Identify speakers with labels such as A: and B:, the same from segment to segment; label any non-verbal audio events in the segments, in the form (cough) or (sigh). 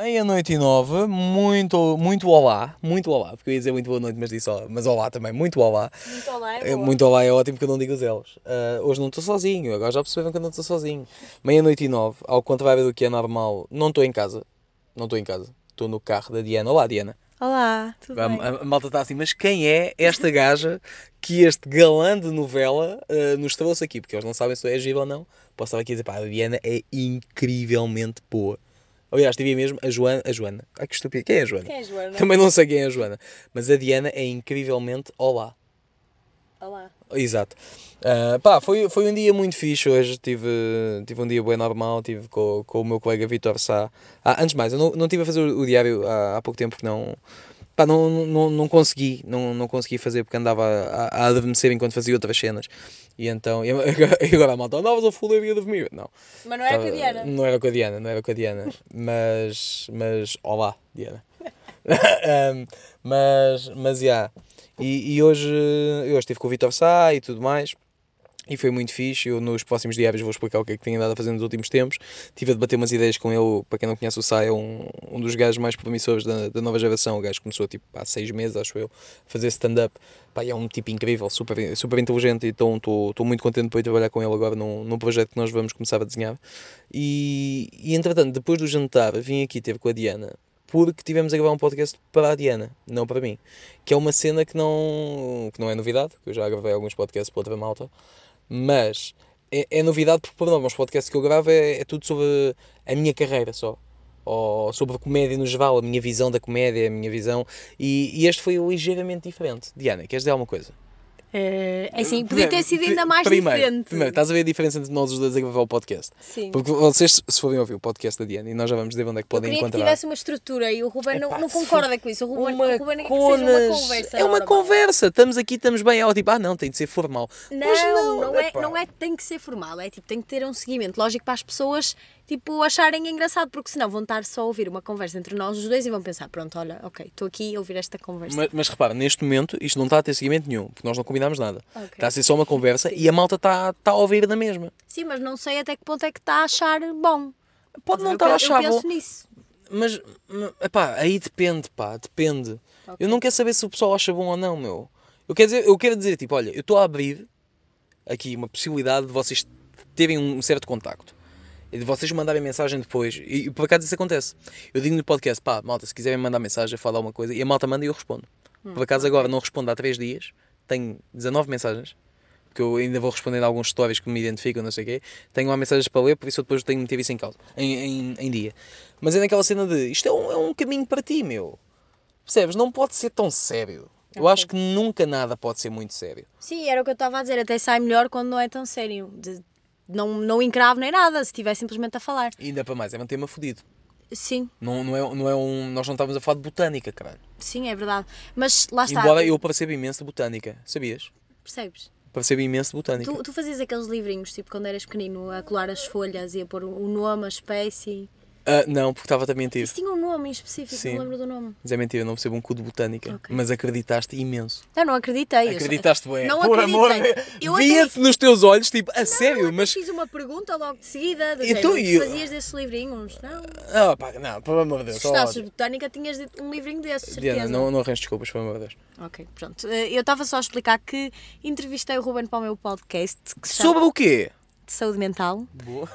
A: Meia noite e nove, muito, muito olá, muito olá, porque eu ia dizer muito boa noite, mas disse ó, mas olá também, muito olá.
B: Muito olá,
A: É
B: é boa.
A: Muito olá é ótimo que eu não digo os elos. Ah, hoje não estou sozinho, agora já perceberam que eu não estou sozinho. Meia-noite e nove, ao contrário do que é normal, não estou em casa, não estou em casa, estou no carro da Diana. Olá, Diana.
B: Olá, tudo
A: A,
B: bem?
A: a- a malta está assim, mas quem é esta gaja que este galã de novela ah, nos trouxe aqui? Porque eles não sabem se eu é giro ou não. Posso estar aqui a dizer, pá, a Diana é incrivelmente boa. Aliás, tive mesmo a Joana. A Joana. Ai que estúpido, quem é a Joana?
B: Quem é a Joana?
A: Também não sei quem é a Joana. Mas a Diana é incrivelmente olá.
B: Olá.
A: Exato. Ah, pá, foi, foi um dia muito fixe hoje. Tive, tive um dia bem normal. Tive com, com o meu colega Vitor Sá. Ah, antes de mais, eu não, não tive a fazer o diário há, há pouco tempo porque não. Pá, não, não, não consegui, não, não consegui fazer porque andava a, a adormecer enquanto fazia outras cenas. E então, e agora (laughs) e agora a malta, andavas a fuleiro e a dormir. Não,
B: Mas não é era com a Diana.
A: Tá- não era com a Diana, não era com a Diana. Mas, mas olá, Diana. (laughs) Um, mas, mas, yeah. E, e hoje, eh, eu hoje estive com o Vitor Sá e tudo mais. E foi muito fixe. Eu nos próximos diários vou explicar o que é que tenho andado a fazer nos últimos tempos. Tive a debater umas ideias com ele. Para quem não conhece, o Sá é um, um dos gajos mais promissores da, da nova geração. O gajo começou tipo, há seis meses, acho eu, a fazer stand-up. Pá, e é um tipo incrível, super, super inteligente. Então estou estou muito contente por ir trabalhar com ele agora num, num projeto que nós vamos começar a desenhar. E, e entretanto, depois do jantar, vim aqui ter com a Diana. Porque tivemos a gravar um podcast para a Diana, não para mim. Que é uma cena que não, que não é novidade, que eu já gravei alguns podcasts para outra malta mas é, é novidade porque, por norma, os podcasts que eu gravo é, é tudo sobre a minha carreira só. Ou sobre a comédia no geral, a minha visão da comédia, a minha visão. E, e este foi ligeiramente diferente. Diana, queres dizer alguma coisa?
B: Eh, É assim, podia ter sido ainda mais
A: primeiro,
B: diferente.
A: Primeiro, estás a ver a diferença entre nós os dois a gravar o podcast?
B: Sim.
A: Porque vocês, se forem ouvir o podcast da Diana, e nós já vamos dizer onde é que
B: Eu
A: podem
B: queria que
A: encontrar.
B: tivesse uma estrutura e o Ruben não,
A: Epá,
B: não
A: se
B: concorda com isso. O Ruben, o Ruben é que seja uma
A: conas.
B: conversa.
A: É uma
B: normal.
A: conversa. Estamos aqui, estamos bem. Ela tipo, ah não, tem de ser formal.
B: Não,
A: Mas
B: não, é,
A: epá.
B: não é que tem que ser formal, é tipo, tem que ter um seguimento lógico para as pessoas tipo, acharem engraçado, porque senão vão estar só a ouvir uma conversa entre nós os dois e vão pensar, pronto, olha, ok, estou aqui a ouvir esta conversa.
A: Mas, mas repara, neste momento isto não está a ter seguimento nenhum, porque nós não combinámos nada.
B: Ok.
A: Está a ser só uma conversa e a malta está, está a ouvir na mesma.
B: Sim, mas não sei até que ponto é que está a achar bom.
A: Pode não
B: Eu
A: estar
B: pe-
A: a achar
B: Eu
A: bom,
B: penso nisso.
A: mas hum, epá, aí depende, pá, depende.
B: Ok.
A: Eu não quero saber se o pessoal acha bom ou não, meu. Eu quero dizer, eu quero dizer tipo, olha, eu estou a abrir aqui uma possibilidade de vocês terem um certo contacto. E de vocês mandarem mensagem depois. E e por acaso isso acontece. Eu digo no podcast, pá, malta, se quiserem mandar mensagem, falar alguma coisa, e a malta manda e eu respondo. Por acaso agora não respondo há 3 dias, tenho 19 mensagens, porque eu ainda vou respondendo a alguns stories que me identificam, não sei o quê. Tenho lá mensagens para ler, por isso eu depois tenho que meter isso em causa, em, em- em dia. Mas é naquela cena de isto é um, é um caminho para ti, meu. Percebes? Não pode ser tão sério. Eu
B: Ok.
A: acho que nunca nada pode ser muito sério.
B: Sim, era o que eu estava a dizer. Até sai melhor quando não é tão sério. De- não, não encravo nem nada, se estiver simplesmente a falar.
A: E ainda para mais, é um tema fodido.
B: Sim,
A: Não, não, é, não é um. Nós não estávamos a falar de botânica, caralho.
B: sim, é verdade. Mas lá Ah, está.
A: Embora eu perceba imenso de botânica, sabias?
B: Percebes?
A: Percebo imenso de botânica.
B: Tu, tu fazias aqueles livrinhos, tipo, quando eras pequenino, a colar as folhas e a pôr o nome, a espécie.
A: Ah, não, porque estava a mentir.
B: Isso tinha um nome em específico,
A: Sim.
B: não me lembro do nome.
A: Mas é mentira, eu não percebo um cu de botânica.
B: Ok.
A: Mas acreditaste imenso.
B: Eu não acreditei. eu só-
A: Acreditaste bem.
B: É Não
A: Por amor de
B: acreditei. Eu
A: Deus. Via-se nos teus olhos, tipo, a sério,
B: até
A: mas.
B: fiz uma pergunta logo de seguida. Do
A: E
B: género,
A: tu
B: o que
A: Então, e eu-
B: fazias desses livrinhos? Não.
A: Ah, pá, não, pelo amor de Deus.
B: Se
A: ó,
B: gostasses de botânica, tinhas de- um livrinho desses, certeza.
A: Diana, não, não arranjes desculpas, pelo amor de Deus.
B: Ok, pronto. Eh, Eu estava só a explicar que entrevistei o Ruben para o meu podcast que se chama
A: Sobre o quê?
B: de saúde mental.
A: Boa.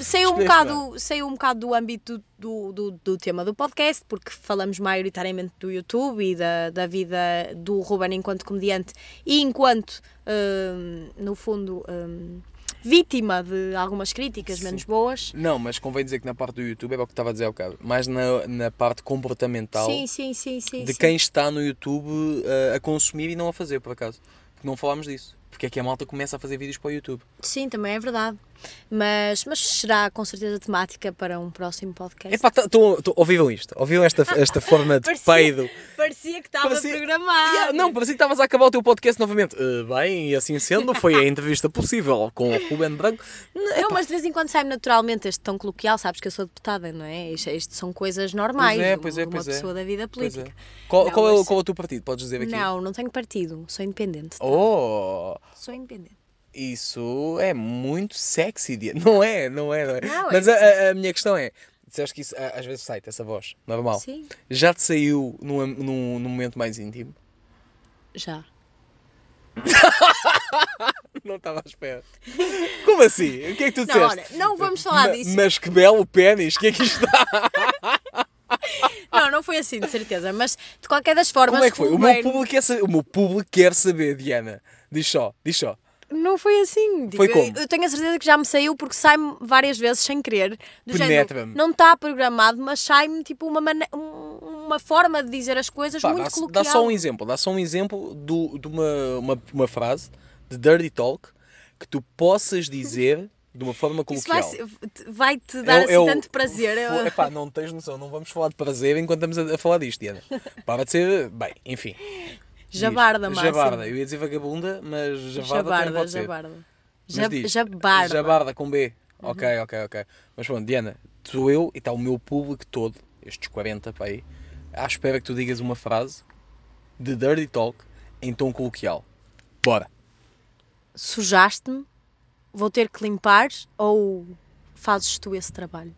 B: Saiu um,
A: Excelente,
B: bocado, saiu um bocado do âmbito do, do, do tema do podcast, porque falamos maioritariamente do YouTube e da, da vida do Ruben enquanto comediante e enquanto, hum, no fundo, hum, vítima de algumas críticas menos boas.
A: Não, mas convém dizer que na parte do YouTube era o que estava a dizer há bocado. Mais na, na parte comportamental
B: Sim, sim, sim, sim.
A: de
B: sim.
A: quem está no YouTube ah, a consumir e não a fazer, por acaso. Porque não falámos disso. Porque é que a malta começa a fazer vídeos para o YouTube.
B: Sim, também é verdade. Mas, mas será com certeza temática para um próximo podcast.
A: Epá, tá- tão- tão- ouviram isto? Ouviram esta, esta forma de
B: (laughs) Parecia-
A: peido?
B: Parecia que estava
A: Parecia-
B: programado.
A: Yeah, não, parecia que estavas a acabar o teu podcast novamente. Eh, bem, e assim sendo, foi a entrevista possível com o Ruben Branco. N-
B: Não, mas de vez em quando sai naturalmente este tão coloquial, sabes que eu sou deputada, não é? Isto, isto são coisas normais
A: Pois é,
B: de-
A: pois
B: de
A: é,
B: uma
A: pois é.
B: pessoa da vida
A: Pois é.
B: política.
A: Qual,
B: Não,
A: qual é, o-
B: mas-
A: qual é o teu partido? Podes dizer aqui?
B: Não, não tenho partido, sou independente.
A: Oh,
B: Sou independente.
A: isso é muito sexy, Diana. (laughs) Não é, não é, não é.
B: Não, é
A: mas a- a, a minha questão é, disseste que isso a- às vezes sai essa voz, normal.
B: Sim,
A: Já te saiu num, am- num, num momento mais íntimo? (laughs)
B: já.
A: Não estava à espera. Como assim? O que é que tu disseste?
B: Não, olha, não vamos falar
A: Ma-
B: disso.
A: Mas que belo pênis, que é que isto dá?
B: Não, não foi assim, de certeza. Mas de qualquer das formas.
A: Como é que foi? O meu
B: Ruben,
A: público quer saber, o meu público quer saber Diana. Diz só, diz só.
B: Não foi assim. Digo,
A: Foi como?
B: Eu, eu tenho a certeza que já me saiu porque sai-me várias vezes sem querer. Do género,
A: Penetra-me.
B: não está programado, mas sai-me tipo uma, mane- um- uma forma de dizer as coisas
A: Pá, dá,
B: muito
A: dá
B: coloquial.
A: só um exemplo, dá só um exemplo do- de uma, uma, uma frase de dirty talk que tu possas dizer de uma forma
B: Isso
A: coloquial. É
B: vai, te dar assim tanto prazer.
A: Fo- Epá, não tens noção, não vamos falar de prazer enquanto estamos a, a falar disto, Diana. Para de ser. Bem, enfim. Diz.
B: Jabarda, máximo.
A: Jabarda, eu ia dizer vagabunda, mas jabarda, também
B: Jabarda,
A: pode ser.
B: jabarda.
A: Mas
B: Ja-
A: diz,
B: Jabarda.
A: Jabarda com B. Ok,
B: Uhum.
A: ok, ok. Mas pronto, Diana, sou eu e está o meu público todo, estes 40 para aí, à espera que tu digas uma frase de Dirty Talk em tom coloquial. Bora.
B: Sujaste-me, vou ter que limpar ou fazes tu esse trabalho?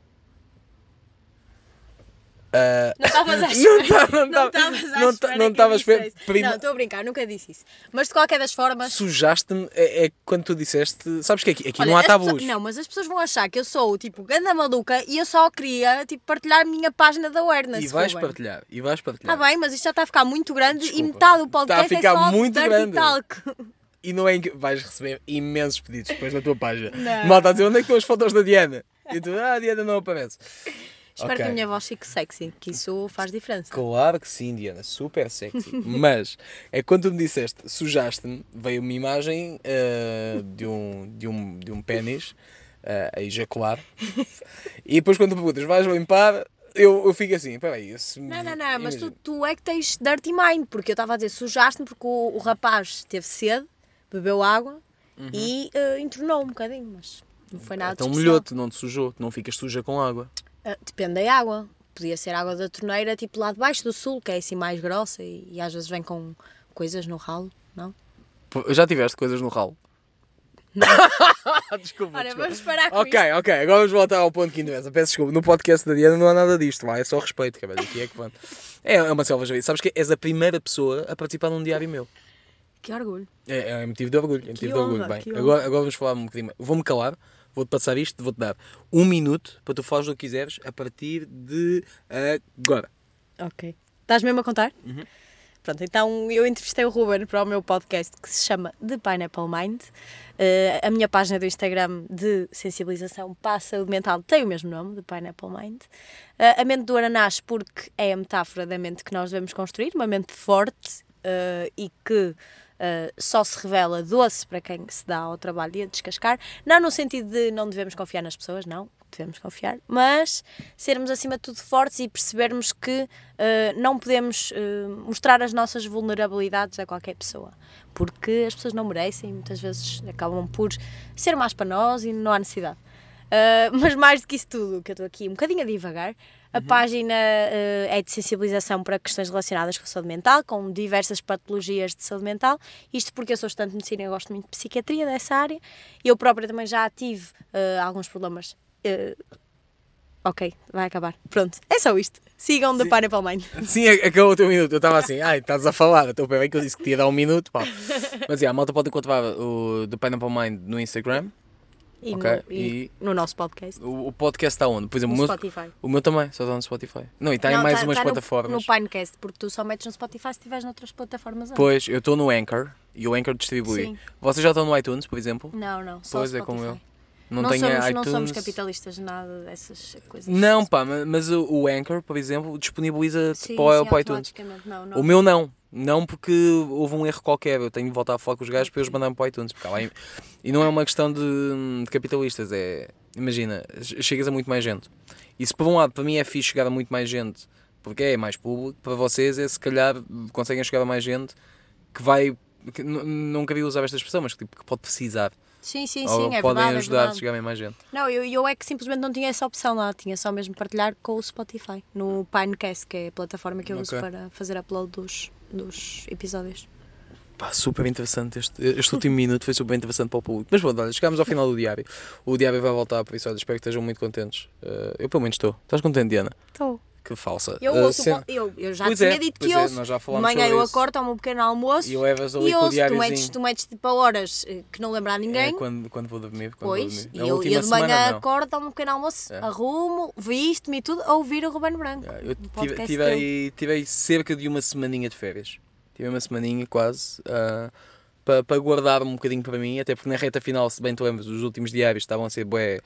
B: Não estavas a
A: Ah, (laughs) não
B: Não
A: tava-
B: estavas à
A: não ta- não
B: espera que eu
A: tava à espera-
B: dissesse.
A: prima-
B: Não, estou a brincar, nunca disse isso. Mas de qualquer das formas.
A: Sujaste-me é, é quando tu disseste. Sabes que aqui, aqui
B: olha,
A: não há
B: as
A: tabus.
B: pessoas- não, mas as pessoas vão achar que eu sou tipo ganda maluca e eu só queria tipo, partilhar a minha página da awareness.
A: E vais
B: Ruben. Ah,
A: partilhar, e vais partilhar.
B: Está Tá bem, mas isto já está a ficar muito grande e
A: Desculpa.
B: metade do podcast
A: Está a ficar
B: é só
A: muito
B: dirty
A: grande.
B: talk. (laughs)
A: E não é que vais receber imensos pedidos depois na tua página.
B: Não.
A: Malta a dizer onde é que estão as fotos da Diana? E tu, ah, a Diana não aparece.
B: Espero
A: Ok.
B: que a minha voz fique sexy, que isso faz diferença.
A: Claro que sim, Diana, super sexy.
B: (laughs)
A: Mas é quando tu me disseste, sujaste-me, veio uma imagem ah, de, um, de, um, de um pênis ah, a ejacular. E depois quando tu perguntas, vais limpar, eu, eu fico assim, peraí. se-
B: Não, não, não, mas tu,
A: imagina.
B: tu é que tens dirty mind, porque eu estava a dizer, sujaste-me porque o, o rapaz teve sede, bebeu água e eh, entornou um bocadinho, mas não foi nada de
A: Uhum. Então
B: especial.
A: molhou-te, não te sujou, tu não ficas suja com água.
B: Ah, depende da água. Podia ser água da torneira, tipo lá de baixo do sul, que é assim mais grossa e, e às vezes vem com coisas no ralo, não?
A: Pô, Já tiveste coisas no ralo? (laughs) desculpa,
B: Ora,
A: desculpa.
B: vamos parar com
A: Ok,
B: isto.
A: ok, agora vamos voltar ao ponto que interessa. Peço desculpa, no podcast da Diana não há nada disto, lá, é só respeito, cabelo. Aqui é que pronto. É é uma selvageria. Sabes que és a primeira pessoa a participar num diário meu.
B: Que orgulho.
A: É, é motivo de orgulho, é motivo de
B: honra,
A: orgulho. Bem,
B: que honra.
A: agora, agora vamos falar um bocadinho mais. Vou-me calar, vou-te passar isto, vou-te dar um minuto para tu falares o que quiseres a partir de agora. (laughs)
B: Ok. Estás mesmo a contar? Pronto, então eu entrevistei o Ruben para o meu podcast que se chama The Pineapple Mind. Eh, a minha página do Instagram de sensibilização para a saúde mental tem o mesmo nome, The Pineapple Mind. Eh, a mente do Aranás, porque é a metáfora da mente que nós devemos construir, uma mente forte eh, e que eh, só se revela doce para quem se dá ao trabalho de a descascar. Não no sentido de não devemos confiar nas pessoas, não, devemos confiar, mas sermos acima de tudo fortes e percebermos que eh, não podemos eh, mostrar as nossas vulnerabilidades a qualquer pessoa, porque as pessoas não merecem e muitas vezes acabam por ser más para nós e não há necessidade. Eh, mas mais do que isso tudo, que eu estou aqui um bocadinho a divagar, a
A: Uhum.
B: página eh, é de sensibilização para questões relacionadas com a saúde mental, com diversas patologias de saúde mental. Isto porque eu sou estudante de medicina e eu gosto muito de psiquiatria dessa área. Eu própria também já tive eh, alguns problemas. eh, ok, vai acabar. Pronto, é só isto. Sigam da
A: Sim.
B: Pineapple Mind.
A: Sim, ac- acabou o teu minuto. Eu estava assim, ai, estás a falar. Então, bem que eu disse que te ia dar um minuto. pá. Mas é, a malta pode encontrar o The Pineapple Mind no Instagram.
B: E,
A: Ok,
B: no, e
A: e-
B: no nosso podcast.
A: O, o podcast está onde? Por exemplo,
B: No
A: o meu,
B: Spotify.
A: o meu também, só está no Spotify. Não, e está em
B: Não,
A: mais
B: tá-
A: umas
B: tá no- No,
A: plataformas.
B: Pinecast, porque tu só metes no Spotify se estiveres noutras plataformas. antes.
A: Pois, eu estou no Anchor e o Anchor distribui.
B: Sim.
A: Vocês já estão no iTunes, por exemplo?
B: Não, não, só
A: Pois, é
B: Spotify.
A: como eu.
B: Não,
A: tenho
B: somos,
A: iTunes.
B: não somos capitalistas, nada dessas coisas.
A: Não, pá, ma- mas o, o Anchor, por exemplo, disponibiliza
B: Sim,
A: para, é o-
B: sim,
A: para o iTunes.
B: automaticamente, Não, não.
A: O meu não. Não porque houve um erro qualquer. Eu tenho de voltar a falar com os gajos para eles mandarem para o iTunes. Porque há lá em- E não é uma questão de, de capitalistas. É... Imagina, che- chegas a muito mais gente. Isso por um lado, para mim é fixe chegar a muito mais gente. Porque é mais público. Para vocês é se calhar conseguem chegar a mais gente que vai... Que, n- não queria usar esta expressão, mas que, tipo, que pode precisar.
B: Sim, sim,
A: ou
B: sim, é
A: podem
B: verdade, é
A: ajudar a
B: verdade.
A: chegar a mais gente.
B: Não, eu, eu é que simplesmente não tinha essa opção lá, tinha só mesmo partilhar com o Spotify, no Pinecast, que é a plataforma que eu uso
A: Ok.
B: para fazer upload dos, dos episódios.
A: Pá, super interessante. Este, este último minuto foi super interessante para o público. Mas pronto, olha, chegámos ao final do diário. O diário vai voltar, por isso, olha, espero que estejam muito contentes. Eh, eu, pelo menos, estou. Estás contente, Diana?
B: Estou.
A: Que falsa.
B: Eu,
A: Eh,
B: ouço o
A: cena-
B: po- eu, eu já
A: Pois
B: tinha
A: é,
B: dito
A: pois
B: que
A: é,
B: ouço.
A: nós já
B: de
A: falámos
B: manhã
A: sobre
B: eu
A: isso.
B: acordo, tomo um pequeno almoço
A: E eu levas ali
B: e
A: com o
B: ouço. Tu metes,
A: diáriozinho.
B: tu metes tipo a horas eh, que não lembra a ninguém.
A: É, quando, quando vou dormir. Quando
B: Pois,
A: vou dormir.
B: e
A: Na
B: eu,
A: última
B: eu de manhã
A: semana, não.
B: acordo, tomo um pequeno almoço,
A: É.
B: arrumo, visto-me e tudo, a ouvir o Ruben Branco.
A: Ah, Eu
B: no
A: tive,
B: Um podcast dele.
A: tivei, tivei cerca de uma semaninha de férias. Tive uma semaninha quase para guardar um bocadinho para mim, até porque na reta final, se bem te lembras, os últimos diários estavam a ser bué.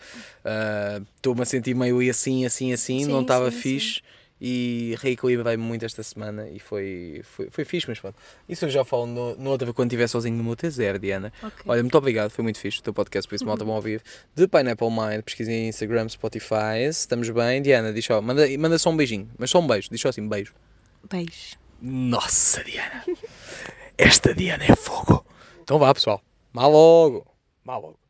A: ah, Estou-me a sentir meio e assim, assim, assim, não
B: Sim,
A: estava
B: sim,
A: fixe. E reequilibrei-me muito esta semana e foi, foi, foi fixe, mas pronto. Isso eu já falo no, no outra quando estiver sozinho no meu TZR, Diana.
B: Ok.
A: Olha, muito obrigado, foi muito fixe o teu podcast, por isso malta vão ouvir. De Pineapple Mind, pesquisem em Instagram, Spotify, se estamos bem. Diana, diz só, manda, manda só um beijinho, mas só um beijo, diz só assim, beijo.
B: Beijo.
A: Nossa, Diana, esta Diana é fogo. Então vá, pessoal, má logo, má logo.